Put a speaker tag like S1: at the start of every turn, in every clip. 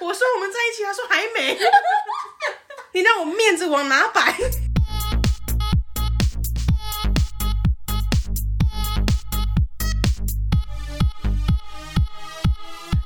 S1: 一起？他说还没。 你让我面子往哪摆？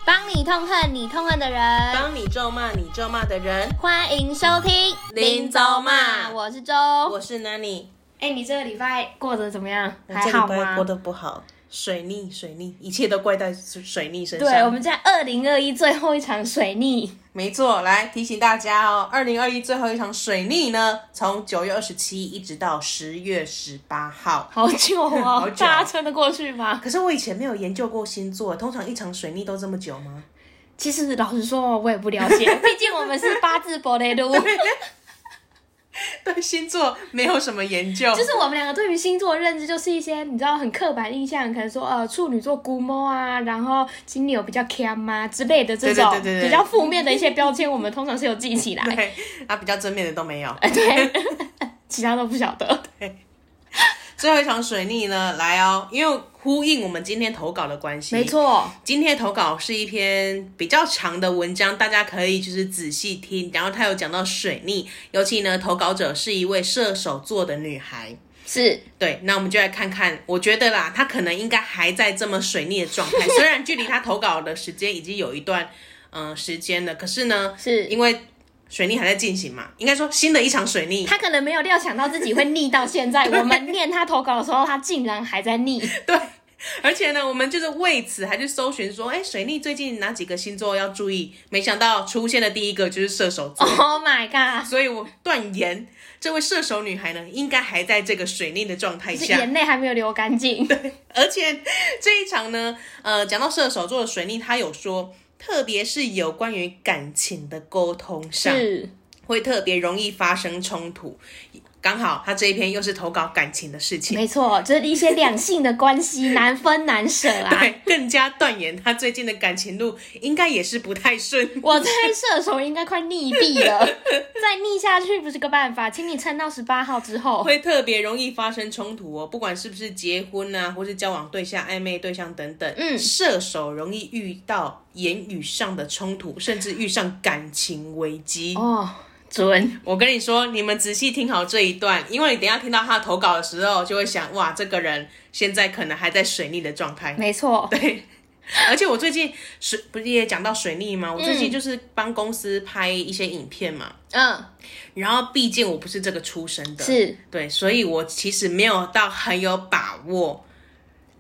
S2: 帮你痛恨你痛恨的人，
S1: 帮你咒骂你咒骂的人，
S2: 欢迎收听
S1: 林州骂
S2: 我是周。
S1: 我是 Nani。
S2: 哎、你这个礼拜过得怎么样？
S1: 我
S2: 还
S1: 这礼
S2: 好
S1: 拜
S2: 吗
S1: 过？得不好，水逆水逆，一切都怪在水逆身上。
S2: 对，我们在二零二一最后一场水逆，
S1: 没错，来提醒大家哦，二零二一最后一场水逆呢，从九月二十七一直到十月十八号。
S2: 好久哦，
S1: 好久啊
S2: 大家撑得过去吗？
S1: 可是我以前没有研究过星座，通常一场水逆都这么久吗？
S2: 其实老实说，我也不了解，毕竟我们是八字博雷 路，
S1: 对星座没有什么研 究，
S2: 就是我们两个对于星座的认知，就是一些你知道很刻板印象，可能说呃处女座估摸啊，然后金牛比较 cam 啊之类的这种
S1: 对对对对对
S2: 比较负面的一些标签，我们通常是有记起来。
S1: 对，啊，比较正面的都没有。
S2: 哎，对， 其他都不晓得。
S1: 最后一场水逆呢，来哦，因为呼应我们今天投稿的关系，
S2: 没。错，
S1: 今天投稿是一篇比较长的文章，大家可以就是仔细听。然后他有讲到水逆，尤其呢，投稿者是一位射手座的女孩。
S2: 是
S1: 对，那我们就来看看，我觉得啦，她可能应该还在这么水逆的状态，虽然距离她投稿的时间已经有一段嗯、呃时间了，可是呢，
S2: 是，
S1: 因为水逆还在进行嘛，应该说新的一场水逆，
S2: 他可能没有料想到自己会逆到现在。我们念他投稿的时候，他竟然还在 逆。
S1: 而且呢，我们就是为此还去搜寻说，哎，水逆最近哪几个星座要注意？没想到出现的第一个就是射手座，
S2: Oh my god！
S1: 所以我断言，这位射手女孩呢，应该还在这个水逆的状态
S2: 就是
S1: 下。
S2: 眼泪还没有流干净。
S1: 而且这一场呢，呃，讲到射手座的水逆，她有说，特别是有关于感情的沟通上，
S2: 是，
S1: 会特别容易发生冲突。刚好她这一篇又是投稿感情的事情，
S2: 没错，就是一些两性的关系难分难舍啊。
S1: 对， 更加断言她最近的感情路应该也是不太顺。
S2: 我猜射手应该快溺毙 了，再逆下去不是个办法，请你撑到十八号之后。
S1: 会特别容易发生冲突哦，不管是不是结婚啊，或是交往对象、暧昧对象等等，
S2: 嗯
S1: 射手容易遇到言语上的冲突，甚至遇上感情危机。
S2: 哦，准，
S1: 我跟你说，你们仔细听好这一段，因为你等一下听到他投稿的时候，就会想，哇，这个人现在可能还在水逆的状态。
S2: 没错。
S1: 对，而且我最近水不是也讲到水逆吗？我最近就是帮公司拍一些影片嘛，
S2: 嗯，
S1: 然后毕竟我不是这个出身的，
S2: 是，
S1: 对，所以我其实没有到很有把握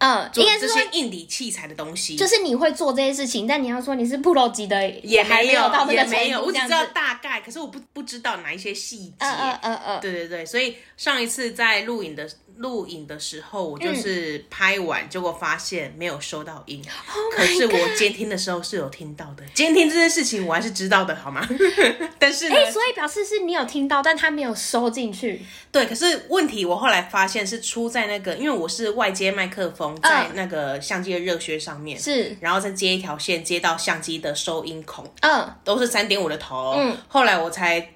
S2: 嗯，
S1: 做
S2: 应该
S1: 这
S2: 是说
S1: 些硬底器材的东西，
S2: 就是你会做这些事情，但你要说你是 pro 级的，
S1: 也还
S2: 还
S1: 没
S2: 没到这
S1: 也
S2: 个
S1: 没
S2: 程
S1: 有，我
S2: 度，这
S1: 只
S2: 样
S1: 知
S2: 子。
S1: 道大概，可是我不不知道哪一些细节。
S2: 嗯嗯嗯嗯，
S1: 对对对，所以上一次在录影的录影的时候，我
S2: 嗯
S1: 就是拍完，结果发现没有收到音。
S2: Oh
S1: 可是我监听的时候是有听到的，监听这件事情我还是知道的，好吗？ 但是呢，
S2: 哎、所以表示是你有听到，但他没有收进去。
S1: 对，可是问题我后来发现是出在那个，因为我是外接麦克风在那个相机的热靴上面，
S2: 嗯是，
S1: 然后再接一条线接到相机的收音孔，
S2: 嗯，
S1: 都是三点五的头。
S2: 嗯，
S1: 后来我才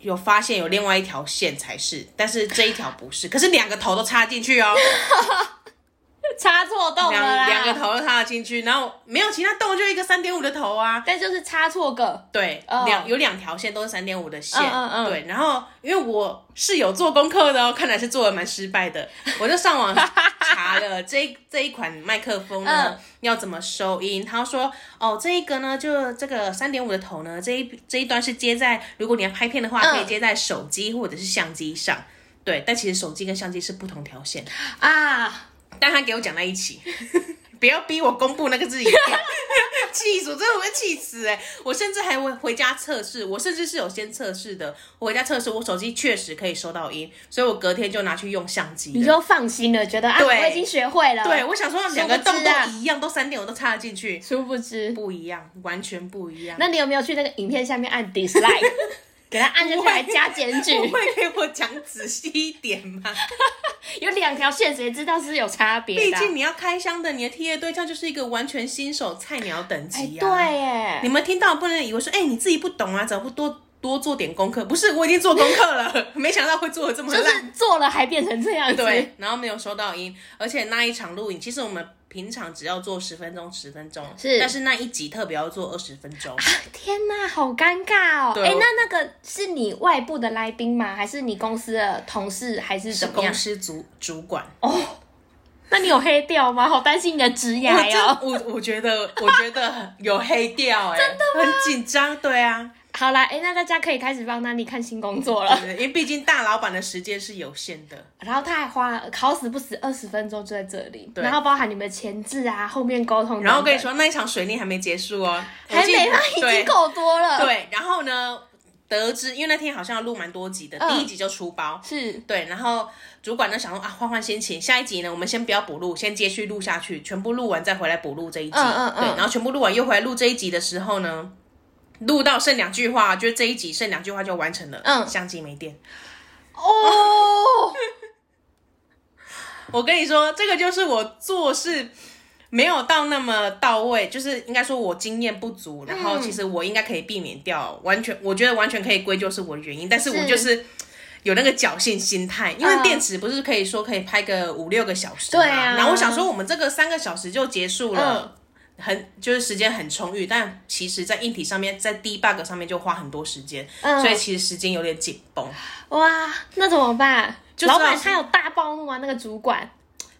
S1: 有发现有另外一条线才是，但是这一条不是，可是两个头都插进去哦，
S2: 插错洞了
S1: 两
S2: 啦。
S1: 两个，头都插进去，然后没有其他洞，就一个三点五的头啊。
S2: 但就是插错个。
S1: 对，
S2: 哦
S1: 两、有两条线都是三点五的线，
S2: 嗯嗯嗯
S1: 对。然后因为我是有做功课的哦，看来是做的蛮失败的，我就上网查 了这一这一款麦克风呢、
S2: 嗯
S1: 要怎么收音。他说哦，这一个呢就这个三点五的头呢，这一这一端是接在如果你要拍片的话，
S2: 嗯
S1: 可以接在手机或者是相机上。对，但其实手机跟相机是不同条线，
S2: 啊，
S1: 但他给我讲在一 起，不要逼我公布那个字一样， 气死！我真的会气死哎、我甚至还回回家测试，我甚至是有先测试的。我回家测试，我手机确实可以收到音，所以我隔天就拿去用相机
S2: 你
S1: 了。
S2: 就放心了，觉得啊，
S1: 对
S2: 我已经学会了。
S1: 对，，我想说两个
S2: 殊不
S1: 洞
S2: 知
S1: 都
S2: 啊
S1: 一样，都三点我都插得进去，
S2: 殊不知。
S1: 不一样，完全不一样。
S2: 那你有没有去那个影片下面按 dislike，给 他按下去还加检举？
S1: 不会给我讲仔细一点 吗？
S2: 有两条线，谁知道是有差别
S1: 毕
S2: 的啊？
S1: 竟你要开箱的，你的 T A 对象就是一个完全新手菜鸟等
S2: 哎、
S1: 级啊呀、
S2: 对耶，
S1: 你们听到不能以为说，哎、你自己不懂啊，怎么不多多做点功课？不是，我已经做功课了， 没想到会做的这么
S2: 就
S1: 烂。
S2: 是做了还变成这样子。
S1: 对，然后没有收到音，而且那一场录影，其实我们平常只要做十分钟，十分钟，
S2: 是
S1: 但是那一集特别要做二十分钟。
S2: 天哪，好尴尬哦！
S1: 对
S2: 哎、
S1: 我
S2: 那那个是你外部的来宾吗？还是你公司的同事，还是怎么
S1: 公
S2: 样？
S1: 司主主 管，
S2: 那你有黑掉吗？好担心你的职
S1: 我
S2: 涯
S1: 真
S2: 哦。
S1: 我我觉得我觉得有黑掉、哎，真的很紧张，对啊，
S2: 好啦，哎、那大家可以开始帮丹尼看新工作了。
S1: 对因为毕竟大老板的时间是有限的，
S2: 然后他还花了好死不死二十分钟就在这里，
S1: 对
S2: 然后包含你们前置啊、后面沟通等等，
S1: 然后我跟你说，那一场水逆还没结束哦，
S2: 还没吗？
S1: 我
S2: 已经
S1: 记得
S2: 够多了。
S1: 对，对，然后呢，得知因为那天好像要录蛮多集的，
S2: 嗯
S1: 第一集就出包。
S2: 是
S1: 对，然后主管呢想说啊，换换心情，下一集呢我们先不要补录，先接续录下去，全部录完再回来补录这一集。
S2: 嗯嗯嗯
S1: 对，然后全部录完又回来录这一集的时候呢，录到剩两句话，就这一集剩两句话就完成了。
S2: 嗯
S1: 相机没电。
S2: 哦，
S1: 我跟你说，这个就是我做事没有到那么到位，就是应该说我经验不足，然后其实我应该可以避免掉，完全我觉得完全可以归咎是我的原因，但是我
S2: 是
S1: 就是。有那个侥幸心态，因
S2: 嗯
S1: 为电池不是可以说可以拍个五六个小时
S2: 对
S1: 嘛
S2: 啊嗯
S1: 然后我想说我们这个三个小时就结束了，很就是时间很充裕，但其实在硬体上面，在 debug 上面就花很多时间，
S2: 嗯
S1: 所以其实时间有点紧绷。
S2: 哇，那怎么办？
S1: 就知道
S2: 老
S1: 是
S2: 板他有大暴怒啊，那个主管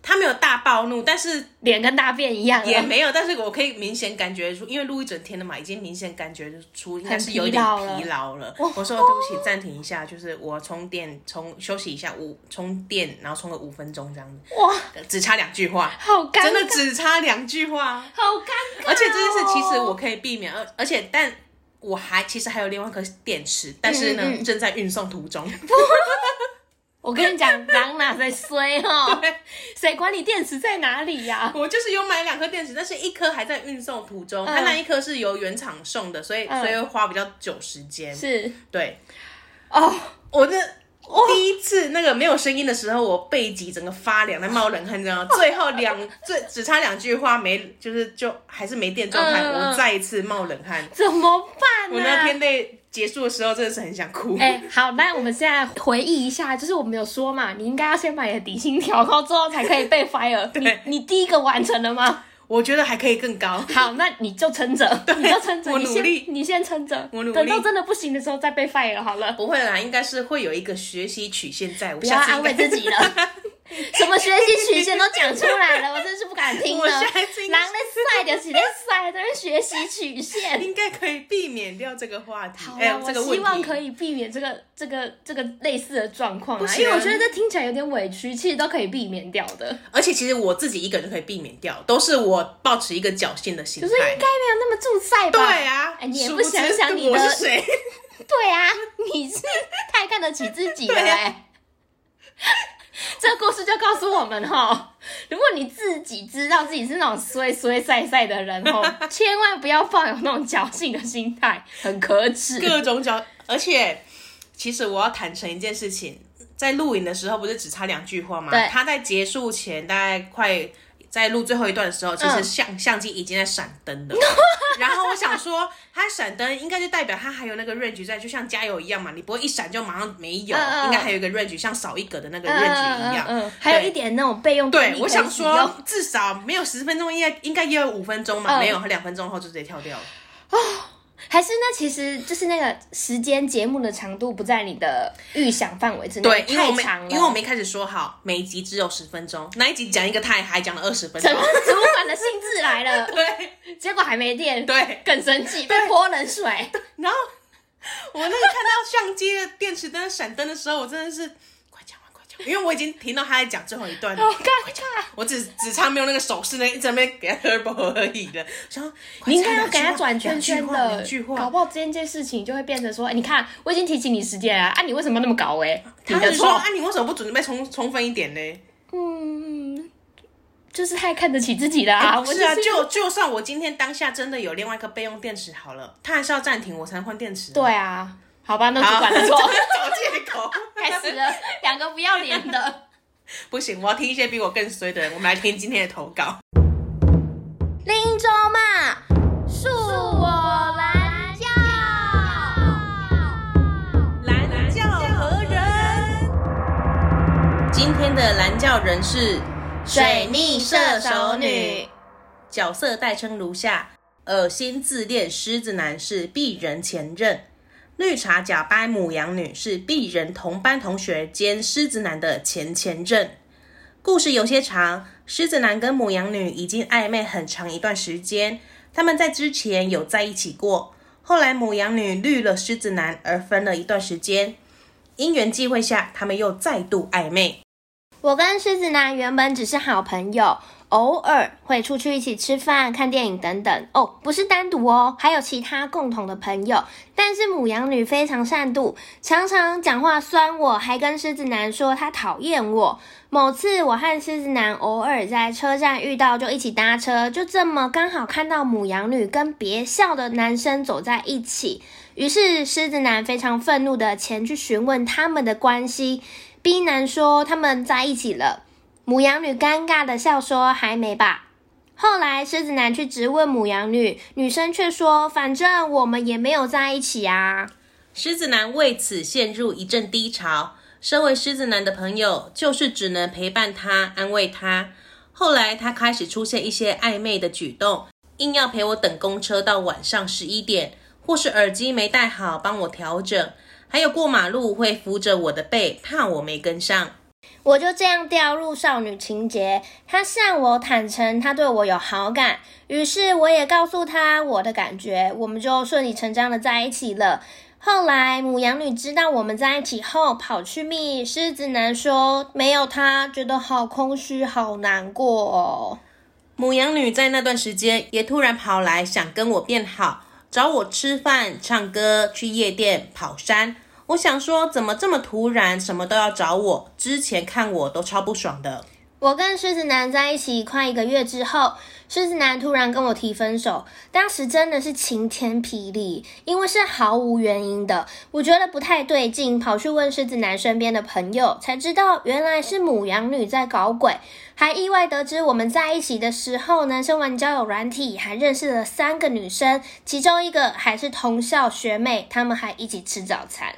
S1: 他没有大暴怒，但是
S2: 脸跟大便一样啊 了，
S1: 也没有，但是我可以明显感觉出，因为录一整天了嘛，已经明显感觉出应该是有一点
S2: 很疲劳了
S1: 疲劳了。我说对不起，暂停一下，就是我充电，充休息一下，五充电，然后充个五分钟这样子，
S2: 哇，
S1: 只差两句话，
S2: 好尴尬，哦
S1: 真的只差两句话。
S2: 好尴尬哦、
S1: 而且这件事其实我可以避免，而而且但我还其实还有另外一颗电池，但是呢、
S2: 嗯嗯
S1: 正在运送途中。
S2: 我跟你讲，狼哪在衰哦？谁管你电池在哪里呀、
S1: 我就是有买两颗电池，但是一颗还在运送途中，啊
S2: 嗯
S1: 它那一颗是由原厂送的，所以、
S2: 嗯
S1: 所以会花比较久时间。
S2: 是
S1: 对，
S2: 哦，
S1: 我这第一次那个没有声音的时候，我背脊整个发凉，在冒冷汗，你知道吗？最后两最只差两句话没，就是就还是没电状态，
S2: 嗯嗯
S1: 我再一次冒冷汗。
S2: 怎么办呢、
S1: 我那天累结束的时候，真的是很想哭。
S2: 哎、好，那我们现在回忆一下，就是我们有说嘛，你应该要先把你的底薪调高之后才可以被 fire 你。
S1: 对
S2: 你第一个完成了吗？
S1: 我觉得还可以更高。
S2: 好，那你就撑着，你就撑着，
S1: 我
S2: 你
S1: 努
S2: 先
S1: 力
S2: 你先撑着，
S1: 我努力
S2: 等到真的不行的时候再被 fire 好了，
S1: 不会啦，应该是会有一个学习曲线在。我
S2: 不要啊
S1: 下次
S2: 安
S1: 应该
S2: 慰自己了。 什么学习曲线都讲出来了，我真是不敢听
S1: 我
S2: 了。
S1: 下次应该
S2: 狼在晒的，起在晒，在那边学习曲线。
S1: 应该可以避免掉这个话题
S2: 好，
S1: 哎、
S2: 啦，
S1: 这个
S2: 我
S1: 问
S2: 希
S1: 题。
S2: 望可以避免这个、这个、这个类似的状况
S1: 不
S2: 啊，
S1: 行
S2: 因为我觉得这听起来有点委屈，其实都可以避免掉的，
S1: 而且其实我自己一个人就可以避免掉，都是我保持一个侥幸的心
S2: 就
S1: 态。
S2: 是应该没有那么重在吧？
S1: 对啊，
S2: 哎你也
S1: 殊
S2: 不
S1: 知
S2: 想想你的
S1: 我是谁。
S2: 对啊，你是太看得起自己了
S1: 对啊
S2: 哎、 这故事就告诉我们哈，如果你自己知道自己是那种衰衰晒晒的人 吼，千万不要抱有那种侥幸的心态，嗯很可耻。
S1: 各种角，而且其实我要坦诚一件事情，在录影的时候不是只差两句话吗
S2: 对？
S1: 他在结束前大概快在录最后一段的时候，其实
S2: 嗯
S1: 相、相机已经在闪 灯了。然后我想说，它闪灯应该就代表它还有那个 range 在，就像加油一样嘛，你不会一闪就马上没有，
S2: 嗯嗯嗯
S1: 应该还有一个 range，像少一格的那个
S2: 嗯
S1: range 一
S2: 嗯
S1: 样。
S2: 嗯，还有
S1: 对
S2: 一点那种备用电
S1: 对
S2: 力，可
S1: 我
S2: 以
S1: 想
S2: 使用
S1: 说，至少没有十分钟，应该应该也有五分钟嘛，
S2: 嗯
S1: 没有，两分钟后就直接跳掉了。
S2: 还是那其实就是那个时间节目的长度不在你的预想范围之内，
S1: 对，因为我
S2: 太
S1: 们
S2: 长了。
S1: 因为我们一开始说好每一集只有十分钟，那一集讲一个太嗨，讲了二十分
S2: 怎
S1: 钟
S2: 么。主管的兴致来 了，
S1: 对
S2: 结果还没电，
S1: 对，
S2: 更生气，被泼冷水。
S1: 然后我那个看到相机的电池灯闪灯的时候，我真的是快讲完快讲完，因为我已经听到他在讲最后一段
S2: 好
S1: 了，
S2: 尴尬！
S1: 我只只差没有那个手势那一直在那边给他 turbo 而已的。想说
S2: 你应该要给他
S1: 快
S2: 转
S1: 讲
S2: 圈
S1: 两句
S2: 圈
S1: 话两
S2: 的
S1: 句，话，
S2: 搞
S1: 两句话
S2: 不好这件事情就会变成说，哎你看我已经提醒你时间了，啊，你为什么那么搞？哎，你
S1: 他
S2: 的
S1: 就说
S2: 错
S1: 啊，，你为什么不准备充充分一点呢？
S2: 嗯，就是太看得起自己了
S1: 哎
S2: 啊！
S1: 不
S2: 我
S1: 是啊，
S2: 是
S1: 就就算我今天当下真的有另外一颗备用电池好了，他还是要暂停我才换电池啊。
S2: 对啊，好吧，那主
S1: 好，
S2: 管的 错，
S1: 找借 口。
S2: 开始了，两个不要脸的。
S1: 不行，我要听一些比我更衰的人。我们来听今天的投稿。
S2: 林州嘛，恕我蓝教。
S1: 蓝教何人？今天的蓝教人是水逆射手女，角色代称如下：恶心自恋狮子男是鄙人前任，绿茶假掰母羊女是鄙人同班同学兼狮子男的前前任。故事有些长，狮子男跟母羊女已经暧昧很长一段时间，他们在之前有在一起过，后来母羊女绿了狮子男而分了一段时间，因缘际会下，他们又再度暧昧。
S3: 我跟狮子男原本只是好朋友，偶尔会出去一起吃饭、看电影等等。哦，不是单独哦，还有其他共同的朋友。但是母羊女非常善妒，常常讲话酸我，还跟狮子男说她讨厌我。某次我和狮子男偶尔在车站遇到，就一起搭车，就这么刚好看到母羊女跟别校的男生走在一起。于是狮子男非常愤怒的前去询问他们的关系。B 男说他们在一起了，母羊女尴尬的笑说还没吧。后来狮子男去质问母羊女，女生却说反正我们也没有在一起啊。
S1: 狮子男为此陷入一阵低潮。身为狮子男的朋友，就是只能陪伴他、安慰他。后来他开始出现一些暧昧的举动，硬要陪我等公车到晚上十一点，或是耳机没戴好帮我调整，还有过马路会扶着我的背，怕我没跟上。
S3: 我就这样掉入少女情节。他向我坦诚他对我有好感，于是我也告诉他我的感觉，我们就顺理成章的在一起了。后来母羊女知道我们在一起后，跑去密狮子男说没有他，觉得好空虚，好难过哦。
S1: 母羊女在那段时间也突然跑来想跟我变好，找我吃饭、唱歌、去夜店、跑山。我想说，怎么这么突然，什么都要找我？之前看我都超不爽的。
S3: 我跟狮子男在一起快一个月之后，狮子男突然跟我提分手，当时真的是晴天霹雳，因为是毫无原因的，我觉得不太对劲，跑去问狮子男身边的朋友，才知道原来是母羊女在搞鬼，还意外得知我们在一起的时候呢，生完交友软体还认识了三个女生，其中一个还是同校学妹，她们还一起吃早餐。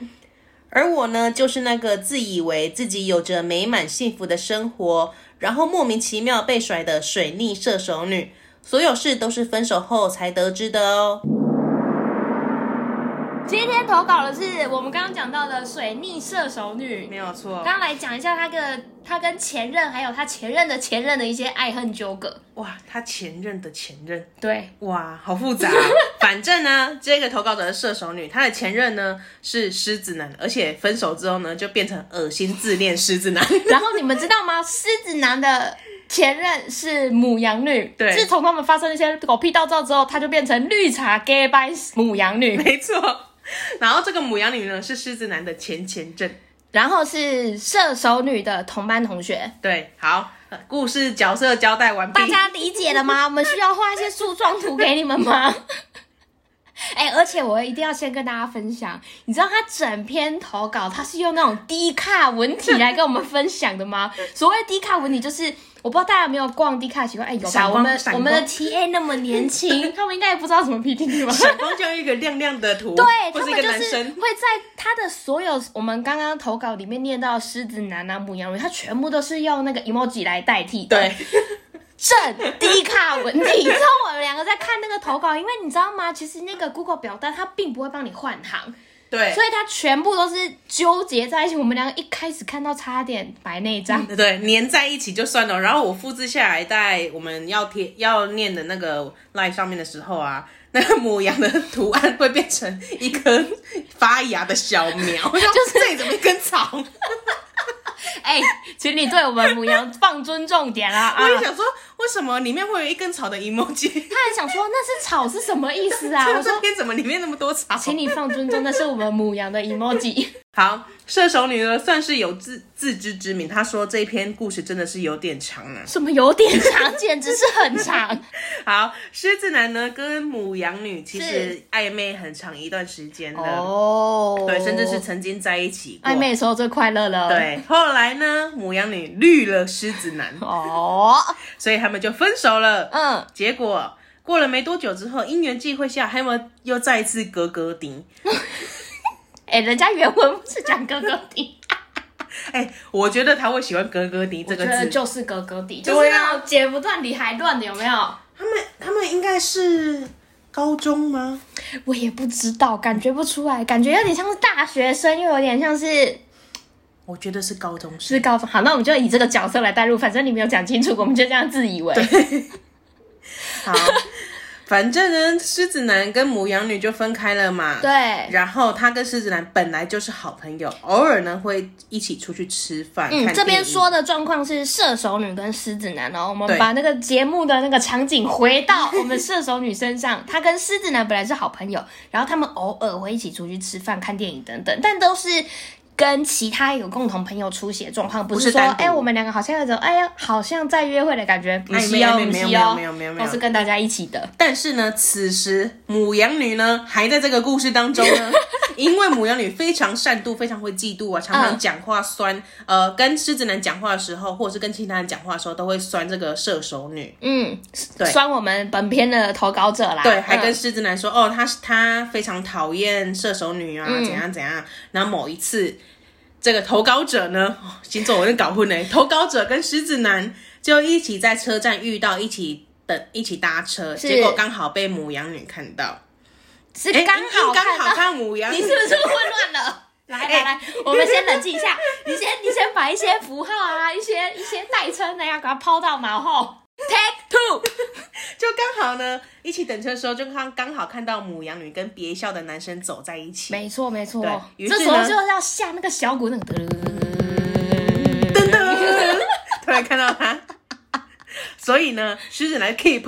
S1: 而我呢，就是那个自以为自己有着美满幸福的生活，然后莫名其妙被甩的水逆射手女。所有事都是分手后才得知的哦。
S3: 今天投稿的是我们刚刚讲到的水逆射手女，
S1: 没有错，
S3: 刚来讲一下他跟他跟前任，还有他前任的前任的一些爱恨纠葛。
S1: 哇，他前任的前任，
S3: 对，
S1: 哇，好复杂、啊。反正呢， 这个投稿者是射手女，她的前任呢是狮子男，而且分手之后呢，就变成恶心自恋狮子男。
S3: 然后你们知道吗？狮子男的前任是母羊女，
S1: 对
S3: 自从他们发生一些狗屁道照之后，他就变成绿茶 gay 拜母 羊女，
S1: 没错。然后这个母羊女呢是狮子男的前前任。
S3: 然后是射手女的同班同学。
S1: 对，好，呃故事角色交代完毕
S3: 大。 家理解了 吗？我们需要画一些树状图给你们吗？ 哎、而且我一定要先跟大家分享，你知道他整篇投稿他是用那种低卡文体来跟我们分享的 吗？所谓低卡文体就是。我不知道大家有没有逛低卡习惯？哎、有吧？
S1: 闪
S3: 我
S1: 光
S3: 们
S1: 闪
S3: 我
S1: 光
S3: 们的 TA 那么年 轻，他们应该也不知道什么 PTT 吧？
S1: 闪光就一个亮亮的图，
S3: 对，
S1: 或
S3: 他
S1: 是一个
S3: 们就
S1: 男
S3: 是
S1: 生。
S3: 会在他的所有我们刚刚投稿里面念到的狮子男啊、母羊女，他全部都是用那个 emoji 来代替的。
S1: 对，
S3: 正低卡文体。你知道我们两个在看那个投稿，因为你知道吗？其实那个 Google 表单它并不会帮你换行，
S1: 对，
S3: 所以它全部都是纠结在一起。我们两个一开始看到差点白内 障。
S1: 对，粘在一起就算了。然后我复制下来，在我们要贴要念的那个 line 上面的时候啊， 那个母羊的图案会变成一棵发芽的小苗， 就是这里怎么一根草？
S3: 哎、请你对我们母羊放尊重点啦啊！
S1: 我就
S3: 他
S1: 想说，为什么里面会有一根草的 emoji？
S3: 还想说那是草是什么意思啊？ 我
S1: 这
S3: 说，
S1: 边怎么里面那么多草？
S3: 请你放尊重，那是我们母羊的 emoji。
S1: 好，射手女呢算是有自自知之明，她说这一篇故事真的是有点长啊呢、
S3: 什么有点长，简直是很长。
S1: 好，狮子男呢跟母羊女其实
S3: 是
S1: 暧昧很长一段时间了。
S3: 哦，
S1: 对，甚至是曾经在一起过
S3: 暧昧的时候最快乐了。，
S1: 对，后来呢，母羊女绿了狮子男，
S3: 哦，
S1: 所以他们就分手了。
S2: 哦
S3: 嗯，
S1: 结果过了没多久之后，因缘际会下，他们又再一次格格顶。
S3: 哎、人家原文不是讲哥哥弟，
S1: 哎、我觉得他会喜欢格格迪这
S4: 我
S1: 个
S4: 觉得
S1: 字。啊
S4: 就是格格底，就是那种剪不断理还乱的，有没有？
S1: 他们他们应该是高中吗？
S2: 我也不知道，感觉不出来，感觉有点像是大学生，又有点像是
S1: 我觉得是高中生。
S2: 是高中。好，那我们就以这个角色来代入，反正你没有讲清楚，我们就这样自以为。对，
S1: 好，反正呢，狮子男跟母羊女就分开了嘛。。然后他跟狮子男本来就是好朋友，偶尔呢会一起出去吃饭。
S2: 嗯，
S1: 看
S2: 这边
S1: 电影
S2: 说的状况是射手女跟狮子男哦，我们
S1: 对
S2: 把那个节目的那个场景回到我们射手女身上，她跟狮子男本来是好朋友，然后他们偶尔会一起出去吃饭、看电影等等，但都是。跟其他有共同朋友出血状况，不
S1: 不
S2: 是
S1: 是
S2: 说
S1: 单独
S2: 哎、我们两个好像有种哎呀，好像在约会的感觉，不
S1: 哎
S2: 是
S1: 没有
S2: 哦，
S1: 没有
S2: 不
S1: 没有
S2: 是
S1: 没有
S2: 哦
S1: 没有没有，没
S2: 都
S1: 有
S2: 是跟大家一起的。
S1: 但是呢，此时母羊女呢还在这个故事当中 呢，因为母羊女非常善妒，非常会嫉妒啊，常
S2: 嗯
S1: 常讲话酸，呃，跟狮子男讲话的时候，或者是跟其他人讲话的时候，都会酸这个射手女。
S2: 嗯，
S1: 对
S2: 酸我们本片的投稿者啦。
S1: 对，还跟
S2: 嗯
S1: 狮子男说，哦，他他非常讨厌射手女啊，
S2: 嗯
S1: 怎样怎样。然后某一次，这个投稿者呢，哦星座我有点搞混 了，投稿者跟狮子男就一起在车站遇到，一起等，一起搭车，
S2: 是
S1: 结果刚好被母羊女看到，
S2: 是
S1: 哎，
S2: 刚
S1: 因
S2: 好
S1: 为刚好
S2: 看到，
S1: 看母羊，
S2: 你是不是混乱了？ 来来来，我们先冷静一下，你先你先把一些符号啊，一些一些代称的呀，给它抛到脑后。Take two，
S1: 就刚好呢，一起等车的时候，就刚刚好看到母羊女跟别校的男生走在一起，
S2: 没错没错
S1: 对，于是
S2: 这
S1: 呢
S2: 时候就要下那个小鼓那个噔
S1: 噔噔，突然看到他。 所以呢，狮子男 keep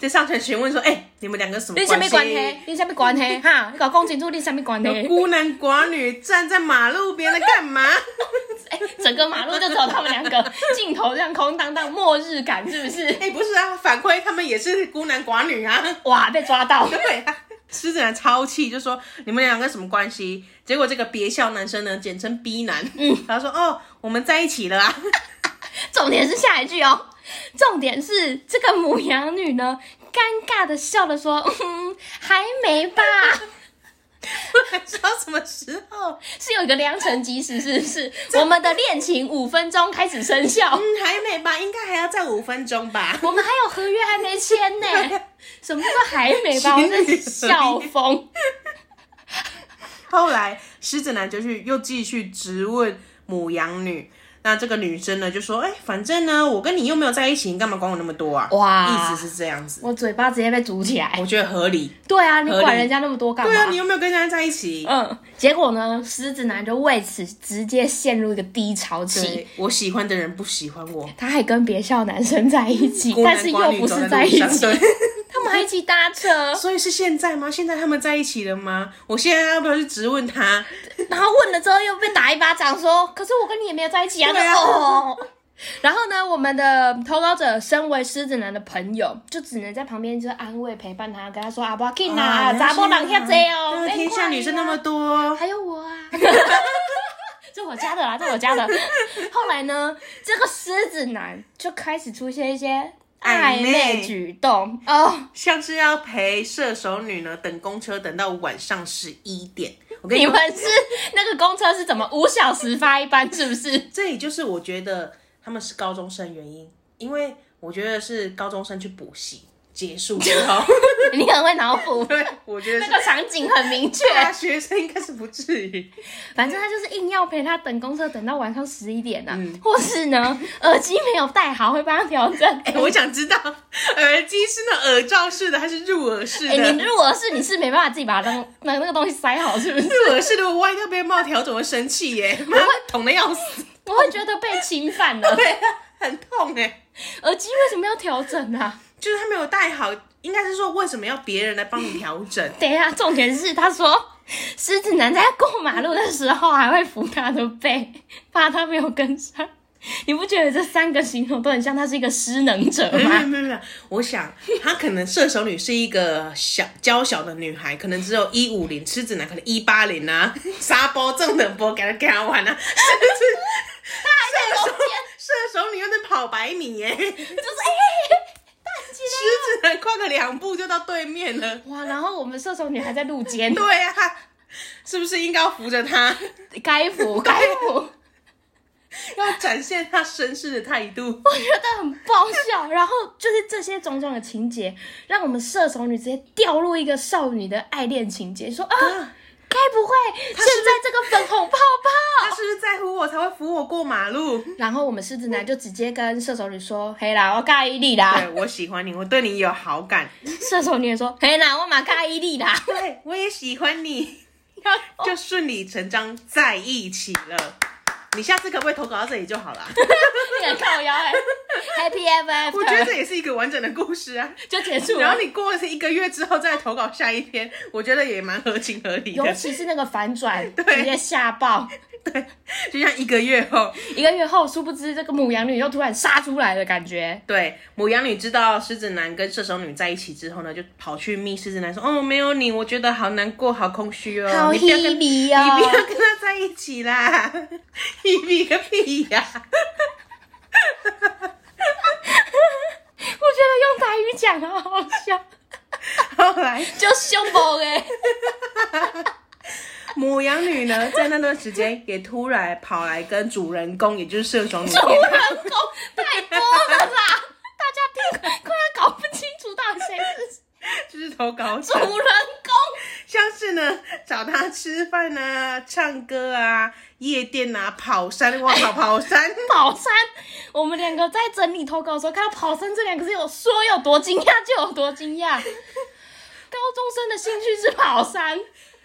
S1: 就上前询问说：“哎、你们两个什么
S2: 你
S1: 关
S2: 什
S1: 系？
S2: 么关系？你什么 关系？哈，你搞公警处你什么关系？
S1: 孤男寡女站在马路边在干嘛？
S2: 哎，整个马路就只有他们两个，镜头这样空荡荡，末日感是不是？
S1: 哎、不是啊，反馈他们也是孤男寡女啊。
S2: 哇，被抓到！
S1: 对啊，狮子男超气，就说你们两个什么关系？结果这个别校男生呢，简称 B 男，嗯，他说哦，我们在一起了啊。
S2: 重点是下一句哦，重点是这个母羊女呢，尴尬的笑着说：“嗯，还没吧？
S1: 我 还知道什么时候？
S2: 是有一个良辰吉时， 是不是？我们的恋情五分钟开始生效
S1: 嗯，，还没吧，应该还要再五分钟吧。
S2: 我们还有合约还没签呢，什么叫还没吧？我
S1: 情侣
S2: 真
S1: 合约
S2: 是笑 疯。
S1: 后来狮子男就去又继续质问母羊女，那这个女生呢就说：“哎、反正呢，我跟你又没有在一起，你干嘛管我那么多啊？”
S2: 哇
S1: 意思是这样子，
S2: 我嘴巴直接被堵起来
S1: 我。觉得合理。
S2: 对啊，你
S1: 合理
S2: 管人家那么多干嘛？
S1: 哎对啊，你又没有跟人家在一起。
S2: 嗯，结果呢，狮子男就为此直接陷入一个低潮期
S1: 对。，我喜欢的人不喜欢我，
S2: 他还跟别校男生在一起，
S1: 孤男
S2: 但是
S1: 寡
S2: 又
S1: 女
S2: 不
S1: 走
S2: 是在
S1: 在
S2: 一
S1: 路上
S2: 起，
S1: 对，
S2: 他们还一起搭车，
S1: 所以是现在吗？现在他们在一起了吗？我现在要不要去质问他？
S2: 然后问了之后又被打一巴掌说，可是我跟你也没有在一起啊，
S1: 对啊
S2: 就哦。 然后呢，我们的投稿者身为狮子男的朋友，就只能在旁边就是安慰陪伴他，跟他说啊，不要紧啦，
S1: 啊
S2: 查某人遐济哦，
S1: 对
S2: 别
S1: 天下
S2: 看
S1: 女生
S2: 啊
S1: 那么多，
S2: 还有我啊，这我家的啦，这我家的。 后来呢，这个狮子男就开始出现一些暧
S1: 暧
S2: 昧
S1: 昧
S2: 举动哦。
S1: 像是要陪射手女呢等公车等到晚上十一点。我跟
S2: 你
S1: 你
S2: 们
S1: 说，
S2: 是那个公车是怎么五小时发一班？是不 是？
S1: 这里就是我觉得他们是高中生原因，因为我觉得是高中生去补习结束之后，
S2: 你很会脑补，
S1: 对，我觉得
S2: 那
S1: 是
S2: 个场景很明确。
S1: 大学生应该是不至于。
S2: 反正他就是硬要陪他等公车，等到晚上十一点呐、啊
S1: 嗯
S2: 或 是呢，耳机没有戴好，会帮他调整。
S1: 哎、我想知道耳机是那耳罩式的还是入耳式的？
S2: 哎、你如果是你是没办法自己把它当那那个东西塞好，是 不是？
S1: 入耳式的，我万一要被帽条，怎么生气耶？妈，捅的要死，
S2: 我会觉得被侵犯了。
S1: 对，很痛哎。
S2: 耳机为什么要调整啊？
S1: 就是他没有戴好，应该是说为什么要别人来帮你调整？
S2: 等一下，重点是他说，狮子男在过马路的时候还会扶他的背，怕他没有跟上。你不觉得这三个形容都很像他是一个失能 者
S1: 没有没有
S2: 吗？
S1: 没有没有，我想她可能射手女是一个小娇小的女孩，可能只有一五零，狮子男可能一八零啊， 沙波正等波给她给她玩啊，
S2: 他还在中间，
S1: 射手女又在跑百米耶，狮
S2: 就是哎、
S1: 子男跨个两步就到对面 了，
S2: 哎哇！然后我们射手女还在路 肩，
S1: 对啊，是不是应该要扶着她？
S2: 该扶该扶。
S1: 要展现他绅士的态度。
S2: 我觉得很爆笑。然后就是这些种种的情节，让我们射手女直接掉入一个少女的爱恋情节，说啊，该不会现在这个粉红泡
S1: 他
S2: 泡？
S1: 是不是在乎我才会扶我过马路？
S2: 然后我们狮子男就直接跟射手女说：“嘿啦，我介意你啦
S1: 对。我喜欢你，我对你有好感，”
S2: 射手女也说：“嘿啦，我嘛介 意你啦。
S1: 对我也喜欢你，
S3: 哦
S1: 就顺理成章在一起了。你下次可不可以投稿到这里就 好了？
S2: 你很靠腰哎、，Happy Ever After，
S1: 我觉得这也是一个完整的故事啊。
S2: 就结束
S1: 然
S2: 了
S1: 后。你过了一个月之后再投稿下一篇，我觉得也蛮合情合理
S2: 尤
S1: 的。
S2: 其是那个反 转，
S1: 对
S2: 直接吓爆。
S1: 对，就像一个月后，
S2: 一个月后，殊不知这个母羊女又突然杀出来的感觉。
S1: 对母羊女知道狮子男跟射手女在一起之后呢，就跑去密狮子男说：“哦，没有你，我觉得好难过，好空虚哦，
S3: 好
S1: 你不要跟
S3: 稀奇
S1: 你不
S3: 哦！
S1: 要跟他在一起啦， 一比个屁呀、
S2: 我觉得用台语讲好好笑，
S1: 后来
S2: 就凶暴 哎。
S1: 母羊女呢，在那段时间也突然跑来跟主人公，也就是射手女见面，
S2: 人工太多了啦，大家听快要搞不清楚到底谁是
S1: 就是投稿者
S2: 主，人公。
S1: 像是呢找他吃饭啊、唱歌啊、夜店啊、跑山哇，跑跑 山。
S2: 跑山，我们两个在整理投稿的时候，看到“跑山”这两个字，有说有多惊讶就有多惊 讶。高中生的兴趣是跑山，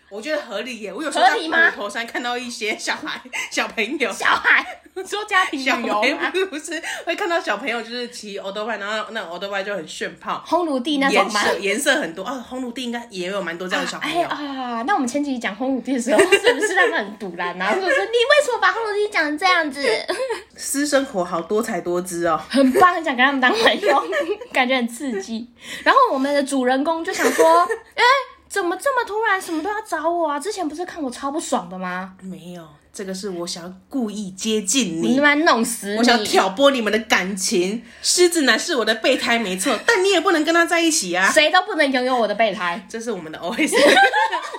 S1: 我觉得合理耶，我有时候
S2: 合理吗
S1: 在虎头山看到一些小孩、小朋友。
S2: 小孩你说家庭
S1: 小
S2: 旅游
S1: 朋友
S2: 吗？
S1: 不是会看到小朋友就是骑欧多拜，然后那欧多拜就很炫炮，
S2: 烘炉地那种
S1: 颜
S2: 吗？
S1: 色颜色很多啊，红炉地应该也有蛮多这样的小朋
S2: 哎
S1: 友。
S2: 啊，那我们前几集讲烘炉地的时候，是不是让他很堵 然啊？
S3: 我说你为什么把红楼地讲成这样子？
S1: 私生活好多才多姿哦，
S2: 很棒，很想跟他们当朋友， 感觉很刺激。然后我们的主人公就想说， 哎、怎么这么突然，什么都要找我啊？之前不是看我超不爽的吗？
S1: 没有，这个是我想要故意接近
S2: 你
S1: 你
S2: 他。妈弄死你！
S1: 我想挑拨你们的感情，狮子男是我的备胎没错，但你也不能跟他在一起啊。
S2: 谁都不能拥有我的备胎。
S1: 这是我们的 OS，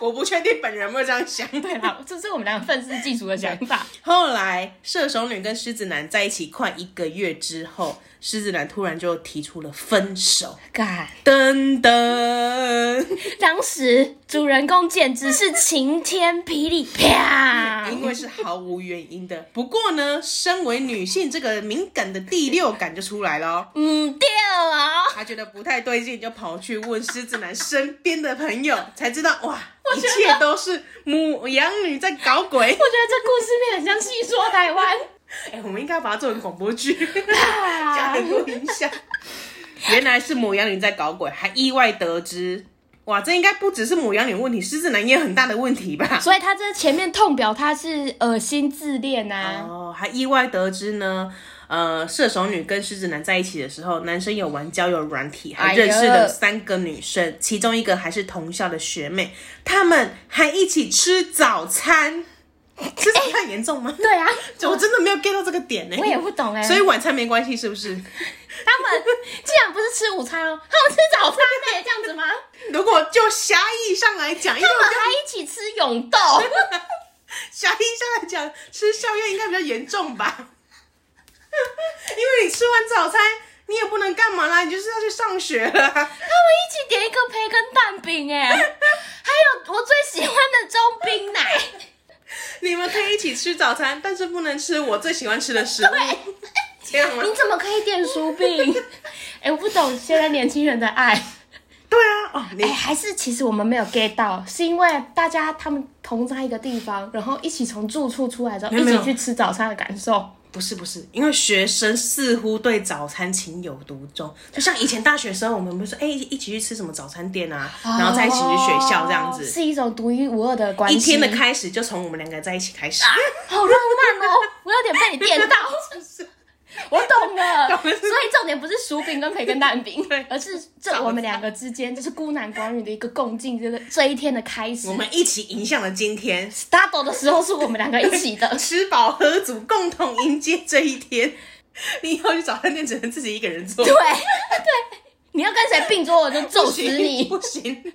S1: 我 不确定本人有没有这样想。
S2: 对啦，这是我们两个愤世嫉俗的想法。
S1: 后来射手女跟狮子男在一起快一个月之后，狮子男突然就提出了分手，
S2: 干，
S1: 噔噔。
S2: 当时主人公简直是晴天霹雳，啪！
S1: 因为是毫无原因的。不过呢，身为女性，这个敏感的第六感就出来了哦。
S2: 嗯，掉啊！
S1: 她觉得不太对劲，就跑去问狮子男身边的朋友，才知道哇，一切都是母羊女在搞鬼
S2: 我。觉得这故事变得很像戏说台湾。
S1: 哎、我们应该把它做成广播剧， 加
S2: 啪
S1: 很多影 响。原来是母羊女在搞鬼，还意外得知。哇，这应该不只是母羊女问题，狮子男也有很大的问题吧？
S2: 所以他这前面痛表他是恶心自恋啊，
S1: 哦，还意外得知呢，呃，射手女跟狮子男在一起的时候，男生有玩交友软体，还认识
S2: 哎
S1: 了
S2: 呀
S1: 三个女生，其中一个还是同校的学妹，他们还一起吃早餐。吃早餐很严重吗？
S2: 对啊，
S1: 我真的没有 get 到这个点呢、
S2: 哎我也不懂哎、
S1: 所以晚餐没关系是不是？
S2: 他们竟然不是吃午餐哦，他们吃早餐 呢、这样子吗？
S1: 如果就狭义上来讲，因为
S2: 他们
S1: 我
S2: 还一起吃永 豆，
S1: 狭义上来讲，吃宵夜应该比较严重吧？ 因为你吃完早餐，你也不能干嘛啦，你就是要去上学了啊。
S2: 他们一起点一个培根蛋饼哎、还有我最喜欢的中冰奶，
S1: 你们可以一起吃早餐，但是不能吃我最喜欢吃的食物。这样吗？
S2: 你怎么可以点薯饼？ 哎、我不懂现在年轻人的爱，
S1: 对啊，哦，你
S2: 哎、还是其实我们没有 get 到，是因为大家他们同在一个地方，然后一起从住处出来之后，
S1: 没有
S2: 一
S1: 没有
S2: 起去吃早餐的感受。
S1: 不是不是，因为学生似乎对早餐情有独钟，就像以前大学时候，我们不是说哎、一一起去吃什么早餐店啊，然后再一起去学校这样
S2: 哦
S1: 子。
S2: 是一种独一无二的关系。
S1: 一天的开始就从我们两个在一起开始，
S2: 啊好浪漫哦，我有点被你电到。 我懂了，所以重点不是薯饼跟培根蛋饼
S1: 对，
S2: 而是这
S1: 早
S2: 我们两个之间就是孤男寡女的一个共进，这个这一天的开始
S1: 我。们一起迎向了今天，，
S2: start 的时候是我们两个一起的
S1: 吃饱喝足，共同迎接这一天。你以后去早餐店只能自己一个人做
S2: 对，对，你要 跟谁并桌我就揍
S1: 不
S2: 死
S1: 行
S2: 你。
S1: 不 行。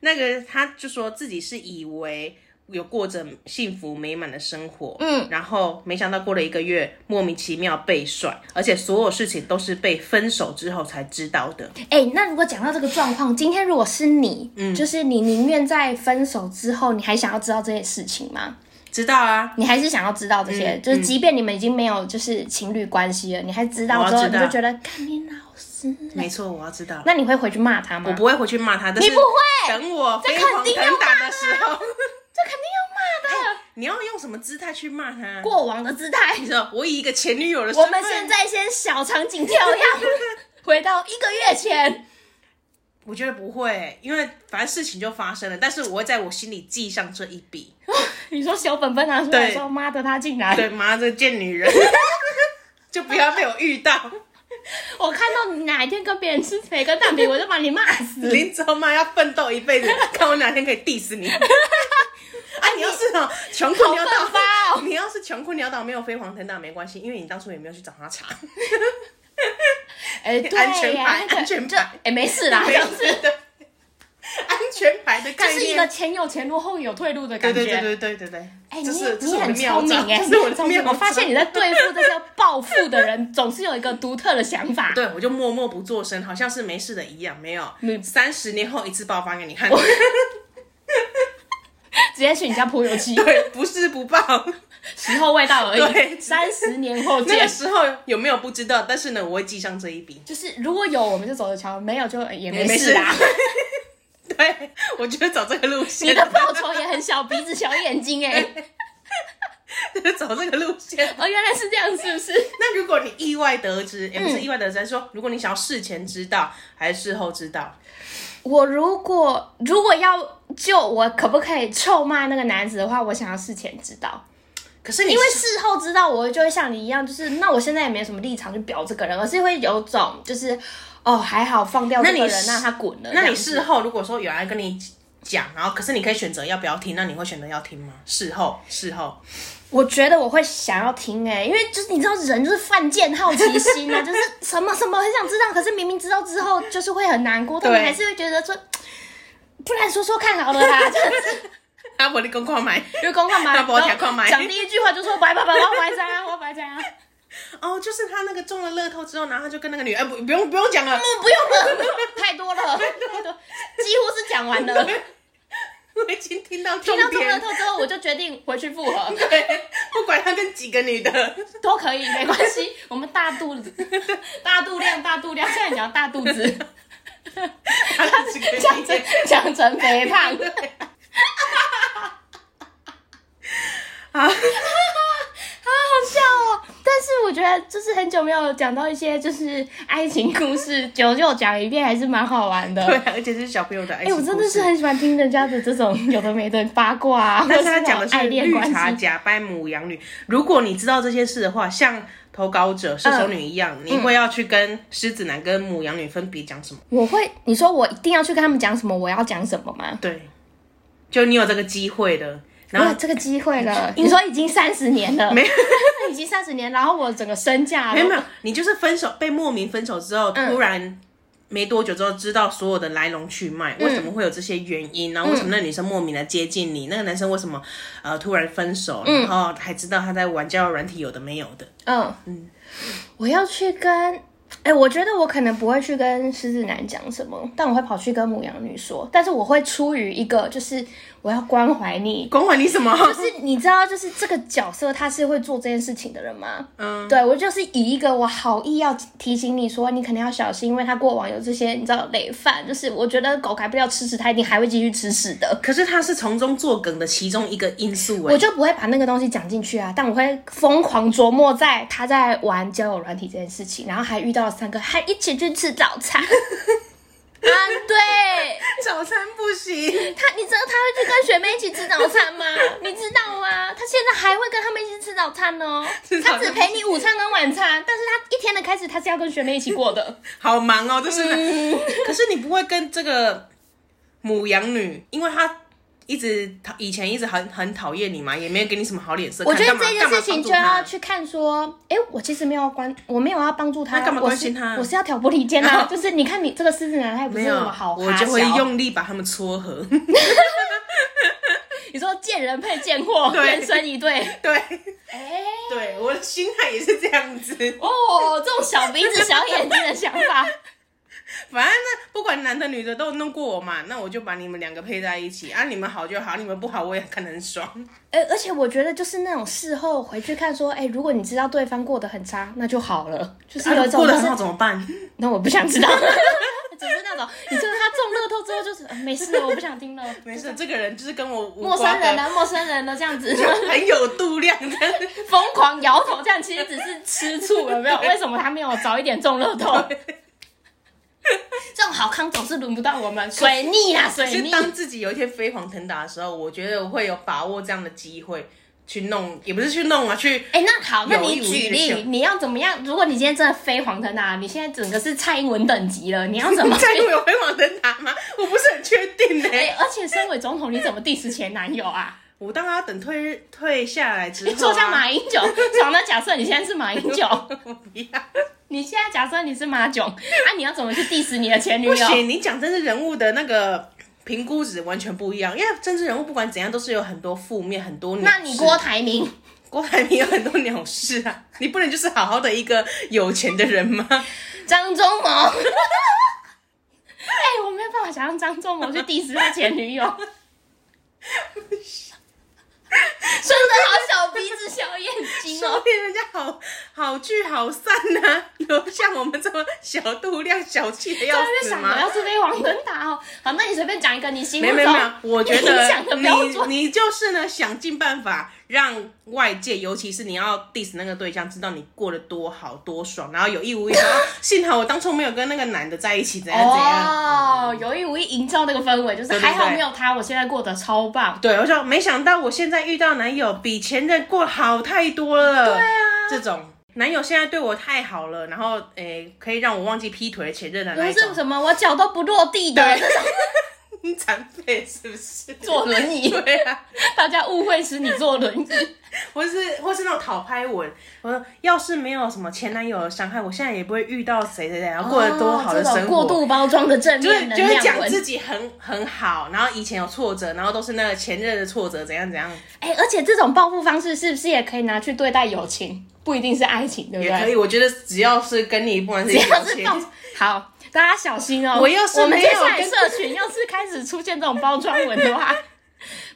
S1: 那个他就说自己是以为有过着幸福美满的生活，
S2: 嗯，
S1: 然后没想到过了一个月，莫名其妙被甩，而且所有事情都是被分手之后才知道的。
S2: 哎、那如果讲到这个状况，今天如果是你，就是你宁愿在分手之后，你还想要知道这些事情吗？
S1: 知道啊，
S2: 你还是想要知道这些，就是即便你们已经没有就是情侣关系了，你还知道
S1: 我要
S2: 之后，
S1: 知
S2: 你
S1: 道
S2: 就觉得干你老师，
S1: 没错，我要知道。
S2: 那你会回去骂他吗？
S1: 我不会回去骂他，但是
S2: 你不会
S1: 等我
S2: 这
S1: 飞黄
S2: 肯定要啊
S1: 腾达的时候，
S2: 这肯定要骂的，
S1: 你要用什么姿态去骂他？啊
S2: 过往的姿态。
S1: 你说我以一个前女友的身
S2: 我
S1: 份，
S2: 们现在先小场景跳跃， 回到一个月前。
S1: 我觉得不会，因为反正事情就发生了，但是我会在我心里记上这一 笔。
S2: 你说小本本拿出来
S1: 对
S2: 说，妈的，他竟然！
S1: 对，妈这贱女人，就不要被我遇到。
S2: 我看到你哪一天跟别人吃培根蛋饼，我就把你骂 死。
S1: 林州妈要奋斗一辈子，看我哪天可以 diss 你。啊，你要是哦穷困潦
S2: 好
S1: 倒
S2: 奋发哦
S1: 你要是穷困潦倒没有飞黄腾达没关系，因为你当初也没有去找他查，
S2: 哎、对
S1: 安全
S2: 呀
S1: 牌
S2: 那个
S1: 安全牌
S2: 这哎、没事啦，
S1: 没
S2: 这样子
S1: 事的，安全牌的
S2: 啊这
S1: 概
S2: 是一
S1: 念
S2: 个。前有前路，后有退路的
S1: 对
S2: 感
S1: 对
S2: 觉。
S1: 对对对对对，这
S2: 哎、你
S1: 是这
S2: 你
S1: 是我的
S2: 很
S1: 妙
S2: 聪明
S1: 招，
S2: 哎，
S1: 这
S2: 你
S1: 是我
S2: 很
S1: 的
S2: 聪明
S1: 妙。招。
S2: 我发现你在对付这些暴富的人，总是有一个独特的想法。
S1: 对，我就默默不作声，好像是没事的一样，没有
S2: 没。有
S1: 三十年后一次爆发给你看，
S2: 直接去你家泼油漆，
S1: 对，不是不 报。
S2: 时候未到而已。
S1: 对
S2: 三十年后
S1: 那
S2: 见
S1: 个。时候有没有不知道，但是呢，我会记上这一笔。
S2: 就是如果有我们就走着瞧，没有就呃也没
S1: 没
S2: 事
S1: 事
S2: 啦。
S1: 对，我觉得走这个路
S2: 你
S1: 线
S2: 的，报酬也很小，鼻子小眼睛 哎、
S1: 走这个路线。
S2: 哦，原来是这样，是不是？
S1: 那如果你意外得知，也不
S2: 嗯
S1: 是意外得知，说如果你想要事前知道还是事后知道，
S2: 我如果如果要就 我可不可以臭骂那个男子的话，我想要事前知道，
S1: 可是你
S2: 因为事后知道，我就会像你一样，就是那我现在也没什么立场去表这个人，而是会有种就是哦还好放掉这
S1: 那
S2: 个
S1: 你
S2: 人，
S1: 是
S2: 让他滚了。
S1: 那
S2: 这
S1: 你
S2: 样子
S1: 事后如果说有人来跟你讲，然后可是你可以选择要不要听，那你会选择要听吗？事后，事后，
S2: 我觉得我会想要听哎、因为就是你知道人就是犯贱好奇心啊，就是什么什么很想知道，可是明明知道之后就是会很难过，但你
S1: 对
S2: 还是会觉得说，不然说说看好了 啦，这样子。
S1: 啊，我的公款买。
S2: 因为公话 嘛，
S1: 那不要听
S2: 然后
S1: 看麦
S2: 讲第一句话就说拜拜拜，我白啊，我白 啊，
S1: 哦，就是他那个中了乐透之后，然后他就跟那个女，哎、不，不用不用讲了，
S2: 不用了， 太多了，太多，几乎是讲完 了。
S1: 我已经听到重
S2: 听到中乐
S1: 点，
S2: 透之后，我就决定回去复合，
S1: 对，不管他跟几个女的，
S2: 都可以，没关系。我们大肚 子，大肚量，大肚量，现在讲大肚子，
S1: 他跟几个
S2: 讲
S1: 女
S2: 成
S1: 的，
S2: 讲成肥胖。
S1: 啊，
S2: 好笑哦！但是我觉得就是很久没有讲到一些就是爱情故事，久久讲一遍还是蛮好玩的。
S1: 对，而且是小朋友的爱
S2: 哎、
S1: 情、
S2: 我真的是，很喜欢听人家的这种有的没的八卦啊，
S1: 但是他讲的
S2: 或
S1: 是
S2: 那种爱恋
S1: 绿
S2: 关
S1: 茶
S2: 系。
S1: 假掰母羊女，如果你知道这些事的话，像。投稿者、射手女一样，你
S2: 嗯
S1: 会要去跟狮子男跟母羊女分别讲什么？
S2: 我会，你说我一定要去跟他们讲什么，我要讲什么吗？
S1: 对，就你有这个机会的，然
S2: 哇，
S1: 后
S2: 这个机会了！你说已经三十年了，
S1: 没有
S2: 已经三十年，然后我整个身 价
S1: 没有没嗯
S2: 有，
S1: 有，哦你就是分手被莫名分手之后，突然没多久之后知道所有的来龙去脉，为什么会有这些原因，然后为什么那女生莫名的接近你，那个男生为什么呃突然分手，然后还知道他在玩交友软体有的没有的，
S2: 嗯嗯，我要去跟，哎、我觉得我可能不会去跟狮子男讲什么，但我会跑去跟母羊女说，但是我会出于一个就是我要关怀你，
S1: 管管你什么？
S2: 就是你知道，就是这个角色他是会做这件事情的人吗？
S1: 嗯，
S2: 对我就是以一个我好意要提醒你说，你可能要小心，因为他过往有这些你知道累犯，就是我觉得狗改不了吃屎，它一定还会继续吃屎的。
S1: 可是他是从中作梗的其中一个因素哎、
S2: 我就不会把那个东西讲进去啊，但我会疯狂琢磨在他在玩交友软体这件事情，然后还遇到了三个，还一起去吃早餐。啊，对，
S1: 早餐不行，
S2: 他，你知道他会去跟学妹一起吃早餐 吗？你知道吗？他现在还会跟他们一起吃早餐哦。
S1: 吃 早
S2: 他
S1: 餐
S2: 只陪你午餐跟晚餐，但是他一天的开始他是要跟学妹一起 过的。
S1: 好忙哦，就是。
S2: 嗯
S1: 可是你不会跟这个母羊女，因为她一直以前一直很很讨厌你嘛，也没有给你什么好脸色看。
S2: 我觉得
S1: 干嘛
S2: 这件事情就要。
S1: 干嘛帮助她
S2: 去看说，哎、我其实没有关，我没有要帮助他，
S1: 那干嘛关心
S2: 我
S1: 他
S2: 是我是要挑拨离间啊，就是你看你这个狮子男，他也不是
S1: 没
S2: 那
S1: 有
S2: 么好，哈
S1: 我就会
S2: 小
S1: 用力把他们撮合。
S2: 你说见见人配贱货，
S1: 对
S2: 人生一对。
S1: 对
S2: 哎、
S1: 对，我的心态也是这样子。
S2: 哦，这种小鼻子小眼睛的想 法，
S1: 反正呢，不管男的女的都弄过我嘛，那我就把你们两个配在一起啊，你们好就好，你们不好我也看得很爽。
S2: 哎、而且我觉得就是那种事后回去看说，哎、如果你知道对方过得很差，那就好了，就是有一
S1: 啊
S2: 种
S1: 过
S2: 就
S1: 得
S2: 是
S1: 很好怎么办？
S2: 那我不想 知道。只是那种，你知道他中乐透之后就是、呃没事了，我不想听 了。
S1: 没事，这个人就是跟我无
S2: 陌生人
S1: 啊，
S2: 呢，陌生人呢，这样子
S1: 很有度量的。
S2: 疯狂摇头，这样其实只是吃醋，有没有？为什么他没有早一点中乐透？ 这种好康总是轮不到我们，水逆啊，
S1: 可
S2: 水
S1: 是
S2: 逆。
S1: 当自己有一天飞黄腾达的时候，我觉得我会有把握这样的机会去弄，也不是去弄啊， 去
S2: 哎、那好，那
S1: 有
S2: 你
S1: 意无
S2: 举
S1: 意的
S2: 例，
S1: 想
S2: 你要怎么样？如果你今天真的飞黄腾达，你现在整个是蔡英文等级了，你要 怎么去？
S1: 在乎有飞黄腾达吗？我不是很确定呢、
S2: 哎、而且身为总统，你怎么 diss 前男友啊？
S1: 我当然要等退退下来之后、
S2: 你
S1: 啊，
S2: 坐下马英九，好，那假设你现在是马英九，
S1: 我不要。
S2: 你现在假设你是 马囧，啊，你要怎么去 diss 你的前女
S1: 不
S2: 友？
S1: 行，你讲政治人物的那个评估值完全不一样，因为政治人物不管怎样都是有很多负面，很多鸟事
S2: 那你郭台铭，
S1: 郭台铭有很多鸟事啊，你不能就是好好的一个有钱的人吗？
S2: 张忠谋。 哎、我没有办法想象张忠谋去 diss 他前 女友。真的好小鼻子小眼睛
S1: 说
S2: 哦！
S1: 不定人家好好聚好散呐、有像我们这么小度量、小气的
S2: 啊在
S1: 要
S2: 那边
S1: 死
S2: 想我
S1: 吗
S2: 要？是被王灯打哦。好，那你随便讲一个你心目
S1: 没
S2: 中
S1: 没没有，我觉
S2: 影响的
S1: 得
S2: 标准
S1: 你你就是呢，想尽办法让外界，尤其是你要 diss 那个对象，知道你过得多好多爽，然后有意无意说，啊幸好我当初没有跟那个男的在一起，怎样怎样。
S2: 哦，有意无意营造那个氛围，就是
S1: 对对
S2: 还好
S1: 对
S2: 没有他，我现在过得超棒。
S1: 对，我说没想到我现在遇到男友比前任过得好太多了。对啊，这种男友现在对我太好了，然后诶可以让我忘记劈腿的前任的
S2: 不
S1: 那一种
S2: 是。什么，我脚都不落地 的，这种
S1: 你残废是不是？
S2: 坐轮椅，
S1: 对啊，
S2: 大家误会是你坐轮椅。
S1: 或是或是那种讨拍文，我说要是没有什么前男友的伤害，我现在也不会遇到谁谁谁，然后过得多好的
S2: 哦这
S1: 生
S2: 种
S1: 活。
S2: 过度包装的 正
S1: 就是
S2: 面能
S1: 就是
S2: 量
S1: 讲
S2: 文。
S1: 自己很很好，然后以前有挫折，然后都是那个前任的挫折，怎样怎样
S2: 哎、而且这种报复方式是不是也可以拿去对待友情？不一定是爱情，对不
S1: 也可
S2: 对？
S1: 以。我觉得只要是跟你不管是
S2: 只要是
S1: 友情
S2: 动好，大家小心哦、
S1: 我要是
S2: 我们
S1: 没有
S2: 接下来
S1: 跟
S2: 社群要是开始出现这种包装文的话，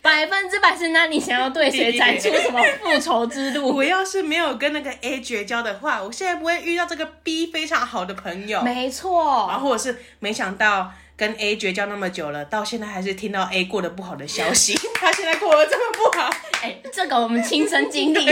S2: 百分之百是那你想要对谁展出什么复仇之 路？
S1: 我要是没有跟那个 A 绝交的话，我现在不会遇到这个 B 非常好的朋友，
S2: 没错，
S1: 然后啊或者是没想到跟 A 绝交那么久了，到现在还是听到 A 过得不好的消息， 他现在过得这么不好，
S2: 哎、这个我们亲身 经历，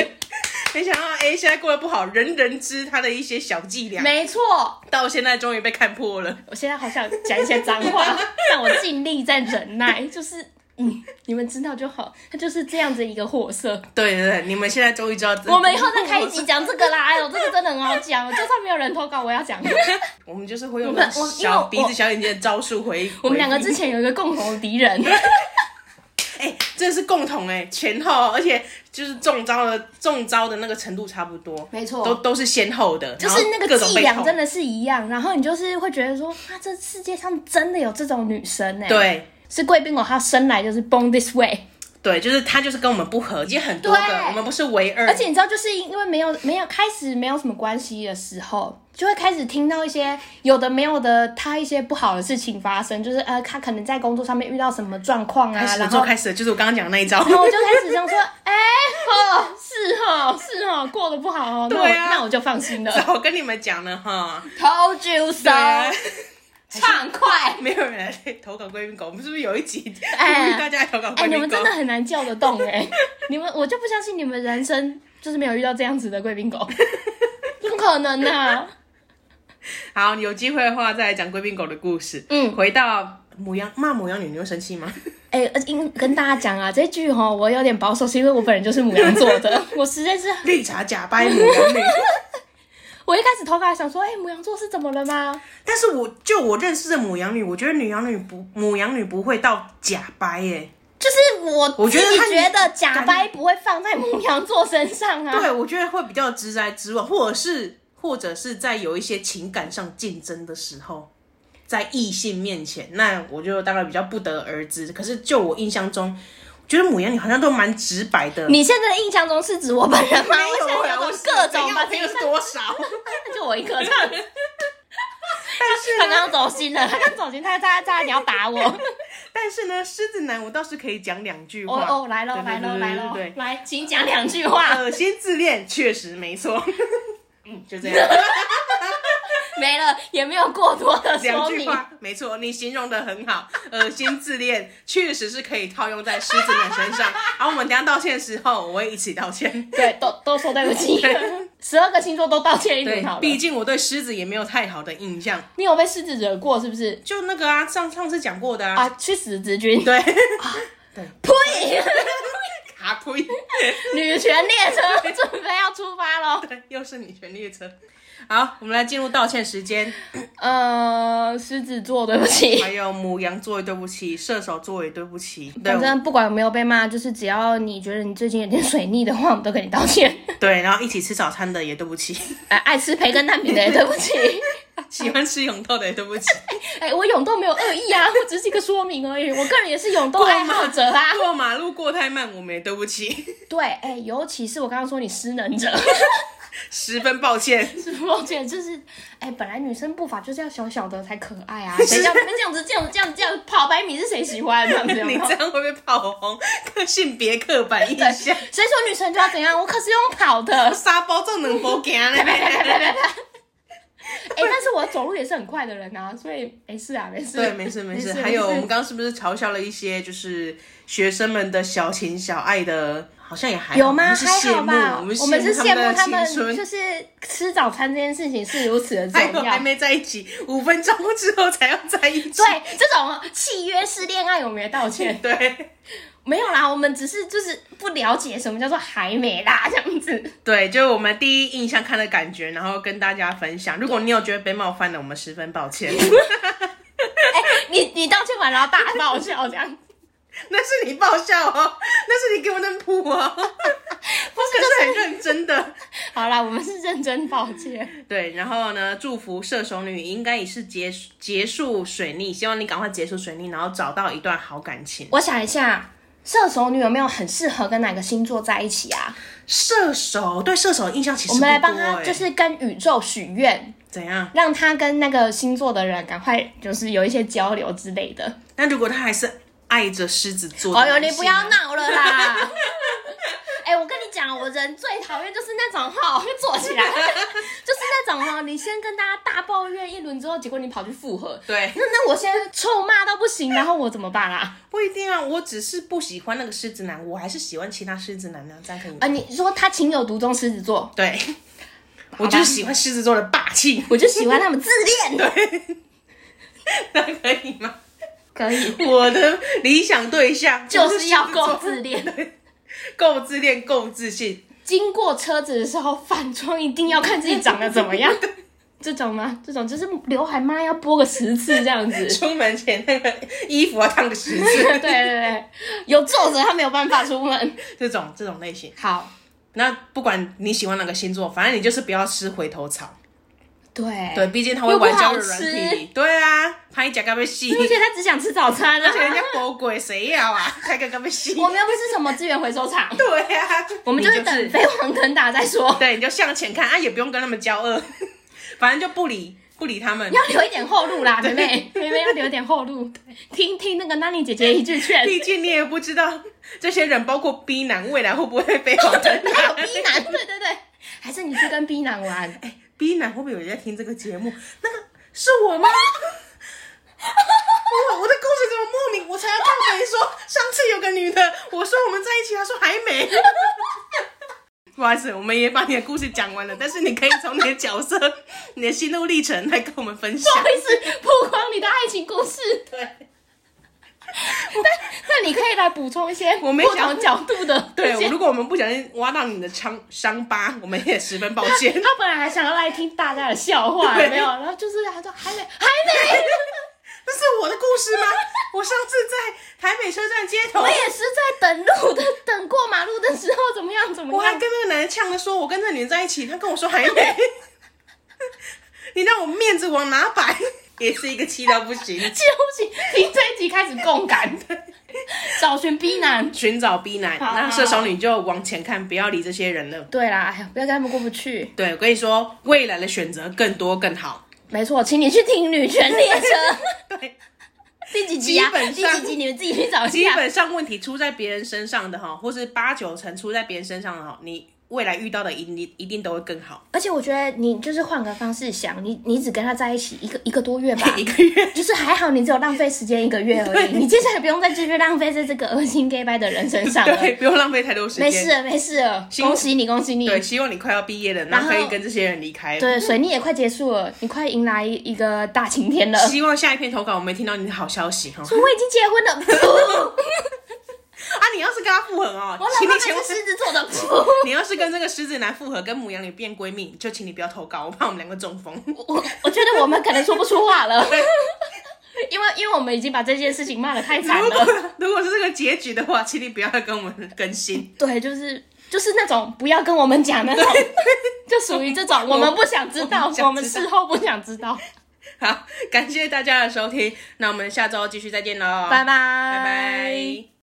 S1: 没想到 A 现在过得不好，人人知他的一些小伎俩，
S2: 没错。
S1: 到现在终于被看破了。
S2: 我现在好想讲一些脏话，但我尽力在忍耐，就是嗯，你们知道就好，他就是这样子一个货色。
S1: 对对对，你们现在终于知道，
S2: 我们以后再开一集，讲这个啦，哎呦，这个真的很好讲，就算没有人投稿，我要讲。
S1: 我们就是会用
S2: 我们我因为
S1: 小
S2: 我
S1: 鼻子小眼睛的招数回。
S2: 我们两个
S1: 回
S2: 之前有一个共同的敌人，
S1: 哎、这是共同哎、前后，而且就是中招的中招的那个程度差不多，
S2: 没错
S1: 都都是先后的，
S2: 就
S1: 然后
S2: 是那
S1: 各
S2: 个
S1: 种
S2: 伎
S1: 被
S2: 俩
S1: 捅
S2: 真的是一样，然后你就是会觉得说，啊，这世界上真的有这种女生哎、，
S1: 对
S2: 是贵宾狗，她生来就是 born this way，
S1: 对，就是他就是跟我们不合，已经很多
S2: 对
S1: 个，我们不是唯二，
S2: 而且你知道，就是因为没有没有开始没有什么关系的时候，就会开始听到一些有的没有的，他一些不好的事情发生，就是呃，他可能在工作上面遇到什么状况啊
S1: 开，始
S2: 然
S1: 了之后
S2: 后
S1: 开始了，就是我刚刚讲的那一招，
S2: 然后我就开始这样说，哎、哦，是哦，是哦，过得不好哦，那我、
S1: 对啊
S2: 那我就放心了。
S1: 我跟你们讲了哈，
S2: Told you so，
S1: 对，
S2: 畅快。
S1: 没有人来投稿闺蜜狗，我们是不是有一集
S2: 哎
S1: 呼吁大家来投稿
S2: 哎、
S1: 闺蜜
S2: 你
S1: 狗？
S2: 们真的很难叫得动哎、你们我就不相信你们人生就是没有遇到这样子的 贵宾狗，不可能啊！
S1: 好，有机会的话再来讲闺蜜狗的故事。
S2: 嗯
S1: 回到母羊骂母羊女，你会生气吗？
S2: 哎、呃因跟大家讲啊，这句哈我有点保守，是因为我本人就是母羊座的， 我实在是，
S1: 绿茶假掰母羊女。
S2: 我一开始投稿还想说，哎、母羊座是怎么了吗？
S1: 但是我就我认识的母羊女，我觉得女羊女不母羊女不会到假掰耶、
S2: 就是我
S1: 我觉得
S2: 自己
S1: 他
S2: 觉得假掰不会放在母羊座身 上啊。
S1: 对，我觉得会比较直来直往，或者是或者是在有一些情感上竞争的时候，在异性面前，那我就大概比较不得而知。可是就我印象中，觉得母羊女好像都蛮直白的。
S2: 你现在的印象中是指我本人吗？
S1: 没有
S2: 我现在
S1: 啊
S2: 有
S1: 我
S2: 种
S1: 是
S2: 各
S1: 怎
S2: 种
S1: 样
S2: 吧，
S1: 朋友是多 少？
S2: 就我一个这样子。
S1: 但是
S2: 他刚刚走 心了，他刚走心，他他他你要打我。
S1: 但是呢，狮子男我倒是可以讲两句
S2: 哦
S1: 话。
S2: 哦，来喽
S1: 对
S2: 来
S1: 对
S2: 喽
S1: 对
S2: 来
S1: 对
S2: 喽
S1: 对，呃对
S2: 来，请讲两句话。
S1: 恶心自恋确实没错。 嗯，就这样，
S2: 没了，也没有过多的
S1: 两
S2: 说
S1: 句
S2: 明。
S1: 话没错，你形容的很好。恶心自恋确实是可以套用在狮子男身上。然后我们等一下道歉的时候，我会一起道歉。
S2: 对，都都说对不起
S1: 对，
S2: 十二个星座都道歉一
S1: 对
S2: 轮好，了。
S1: 毕竟我对狮子也没有太好的印象。
S2: 你有被狮子惹过是不是？
S1: 就那个啊，上上次讲过的啊，
S2: 啊，去死 子君！
S1: 对，
S2: 呸！
S1: 卡呸，
S2: 女权列车准备要出发喽。
S1: 对，又是你全列车。好，我们来进入道歉时间。
S2: 呃，狮子座，对不起。
S1: 还有母羊座也对不起，射手座也对不起，对
S2: 反正不管有没有被骂，就是只要你觉得你最近有点水逆的话，我们都跟你道歉。
S1: 对，然后一起吃早餐的也对不起，
S2: 哎、爱吃培根蛋饼的也对不起。
S1: 喜欢吃永豆的也对不起，
S2: 哎、我永动没有恶意啊，我只是一个说明而已。我个人也是永动爱好者啊。
S1: 过马路过太慢我们也对不起，
S2: 对，哎、尤其是我刚刚说你失能 者，
S1: 十分抱歉。
S2: 是抱歉，就是哎、本来女生步伐就是要小小的才可爱 啊，谁叫你们这样子、这样子、这样子、这样子跑百米是谁喜欢？这样子有 没
S1: 你
S2: 有
S1: 这样会被炮轰，刻性别刻板印 象。
S2: 谁说女生就要怎样？我可是用跑的，哎、
S1: 沙包这能不行嘞？
S2: 哎但是我走路也是很快的人啊，所以没事啊，没事。
S1: 对，没事没事。还有我们刚刚是不是嘲笑了一些就是学生们的小情小爱的？好像也还好
S2: 有
S1: 我
S2: 吗？
S1: 们是
S2: 还
S1: 羡
S2: 好吧，
S1: 慕，
S2: 我们是羡慕
S1: 慕
S2: 他
S1: 他的
S2: 们
S1: 青春，
S2: 就是吃早餐这件事情是如此的
S1: 还
S2: 重
S1: 有还
S2: 要。
S1: 没在一起，五分钟之后才要在一起。
S2: 对这种契约式恋爱，我们也 道歉。
S1: 对
S2: 没有啦，我们只是就是不了解什么叫做还没啦，这样子。
S1: 对，就是我们第一印象看的感觉，然后跟大家分享。如果你有觉得被冒犯的，我们十分抱歉，
S2: 你你道歉完然后大爆笑这样，
S1: 那是你爆笑哦， 那是你给我那扑 哦，我可是很认真的。
S2: 好啦，我们是认真抱歉。
S1: 对，然后呢，祝福射手女应该也是结束结束水逆，希望你赶快结束水逆，然后找到一段好感情。
S2: 我想一下，射手女有没有很适合跟哪个星座在一起啊？
S1: 射手对射手的印象其实
S2: 我们来帮
S1: 不多
S2: 她，
S1: 欸
S2: 就是跟宇宙许愿，
S1: 怎样？
S2: 让她跟那个星座的人赶快就是有一些交流之类的。
S1: 那如果他还是爱着狮子座，
S2: 哦呦，你不要。闹了 啦！哎、我跟你讲，我人最讨厌就是那种哈，会坐起 来，就是那种哈，你先跟大家大抱怨一轮之后，结果你跑去复合，
S1: 对，
S2: 那那我现在臭骂到不行，然后我怎么办啊？
S1: 不一定啊，我只是不喜欢那个狮子男，我还是喜欢其他狮子男呢，这样可以吗？
S2: 啊，你说他情有独钟，狮子座，
S1: 对，我就是喜欢狮子座的霸气，
S2: 我就喜欢他们自恋，
S1: 那可以吗？
S2: 可以，
S1: 我的理想对象
S2: 就是要够
S1: 够
S2: 自恋。
S1: 够自恋、够自信，
S2: 经过车子的时候，反装一定要看自己长得怎么样。 这种吗？这种就是刘海妈要拨个十次这样子。
S1: 出门前那个衣服要烫个十
S2: 对对
S1: 次，
S2: 对，有皱褶他没有办法出门。
S1: 这种这种类型。
S2: 好，
S1: 那不管你喜欢哪个星座，反正你就是不要吃回头草。
S2: 对
S1: 对，，毕竟他会玩交友
S2: 哎又不好
S1: 软
S2: 吃
S1: 体。对啊，拍假干被 戏，
S2: 而
S1: 而
S2: 且他只想吃早餐啊。
S1: 且人家魔鬼谁要啊？拍个干被戏。
S2: 我们又不是什么资源回收 厂，
S1: 对啊，
S2: 我们就
S1: 你
S2: 是等飞黄腾达再说，
S1: 对，你就向前看啊，也不用跟他们交恶， 反正就不理不理他们。
S2: 要留一点后路啦，妹妹，妹妹要留一点后路。听听那个 Nanny 姐姐一句 劝，
S1: 毕竟你也不知道这些人，包括 B 男，未来会不会被黄灯
S2: 哪有 B 男？对对对， 还是你去跟 B 男 玩？
S1: ？B 哎男会不会有人在听这个节目？那个是我吗？我我的故事怎么莫名？我才要看谁说，上次有个女的，我说我们在一起，她说还没。 不好意思，我们也把你的故事讲完了，但是你可以从你的角色、你的心路历程来跟我们分享。
S2: 会是曝光你的爱情故事？
S1: 对。
S2: 那你可以来补充一些
S1: 我没
S2: 不
S1: 想
S2: 同角度的意
S1: 对，
S2: 见。
S1: 如果我们不小心挖到你的伤伤疤，我们也十分抱歉。
S2: 他本来还想要来听大家的笑话，
S1: 对
S2: 有没有？然后就是他说还没，还没，
S1: 这是我的故 事吗？我上次在台北车站街头
S2: 我，也是在等路的，等过马路的时候怎么样怎
S1: 我
S2: 么
S1: 还
S2: 样
S1: 跟。那个男人呛着说，我 跟那女人在一起，他跟我说还没。你让我面子往哪摆？ 也是一个气到不行，
S2: 气不行，听这一集开始共 感，找寻 B 男。
S1: 寻找 B 男，
S2: 好
S1: 那射手女就往前看，不要理这些人了。
S2: 对啦，哎呀，不要跟他们过不去。
S1: 对，我跟你说，未来的选择更多更好。
S2: 没错，请你去听《女权列车》
S1: 对，
S2: 第几集啊？
S1: 基本
S2: 第
S1: 上
S2: 几集你们自己去找一
S1: 基
S2: 下。
S1: 本上问题出在别人身上的哈，或是八九成出在别人身上的哈，你未来遇到的一定一定都会更 好。，
S2: 而且我觉得你就是换个方式想，你你只跟他在一起一个 一个多月吧
S1: 一个月，
S2: 就是还好你只有浪费时间一个月而已，你接下来不用再继续浪费在这个恶心 gay 拜的人身上了。
S1: 对，不用浪费太多时间。
S2: 没事了，没事了，
S1: 辛苦
S2: 恭喜你，恭喜你。
S1: 对，希望你快要毕业了，然后可以跟这些人离开。，
S2: 嗯对，水逆也快结束了，你快迎来一个大晴 天了。
S1: 希望下一篇投稿我们听到你的好消息 哈。
S2: 我已经结 婚了，
S1: 啊，你要是跟他复合哦
S2: 我，老
S1: 请你
S2: 公
S1: 千
S2: 是
S1: 万。
S2: 狮子座的，
S1: 你要是跟这个狮子男复合，跟母羊女变闺蜜，就请你不要投稿，我怕我们两个中风。
S2: 我我觉得我们可能说不出话了，因为因为我们已经把这件事情骂的太惨
S1: 如
S2: 了。
S1: 果如果是这个结局的话，请你不要再跟我们更新。
S2: 对，就是就是那种不要跟我们讲那种，就属于这种我们不想知
S1: 我
S2: 道，
S1: 们不想知道
S2: 我们事后不想知道。
S1: 好，感谢大家的收听，那我们下周继续再见喽，
S2: 拜拜，
S1: 拜拜。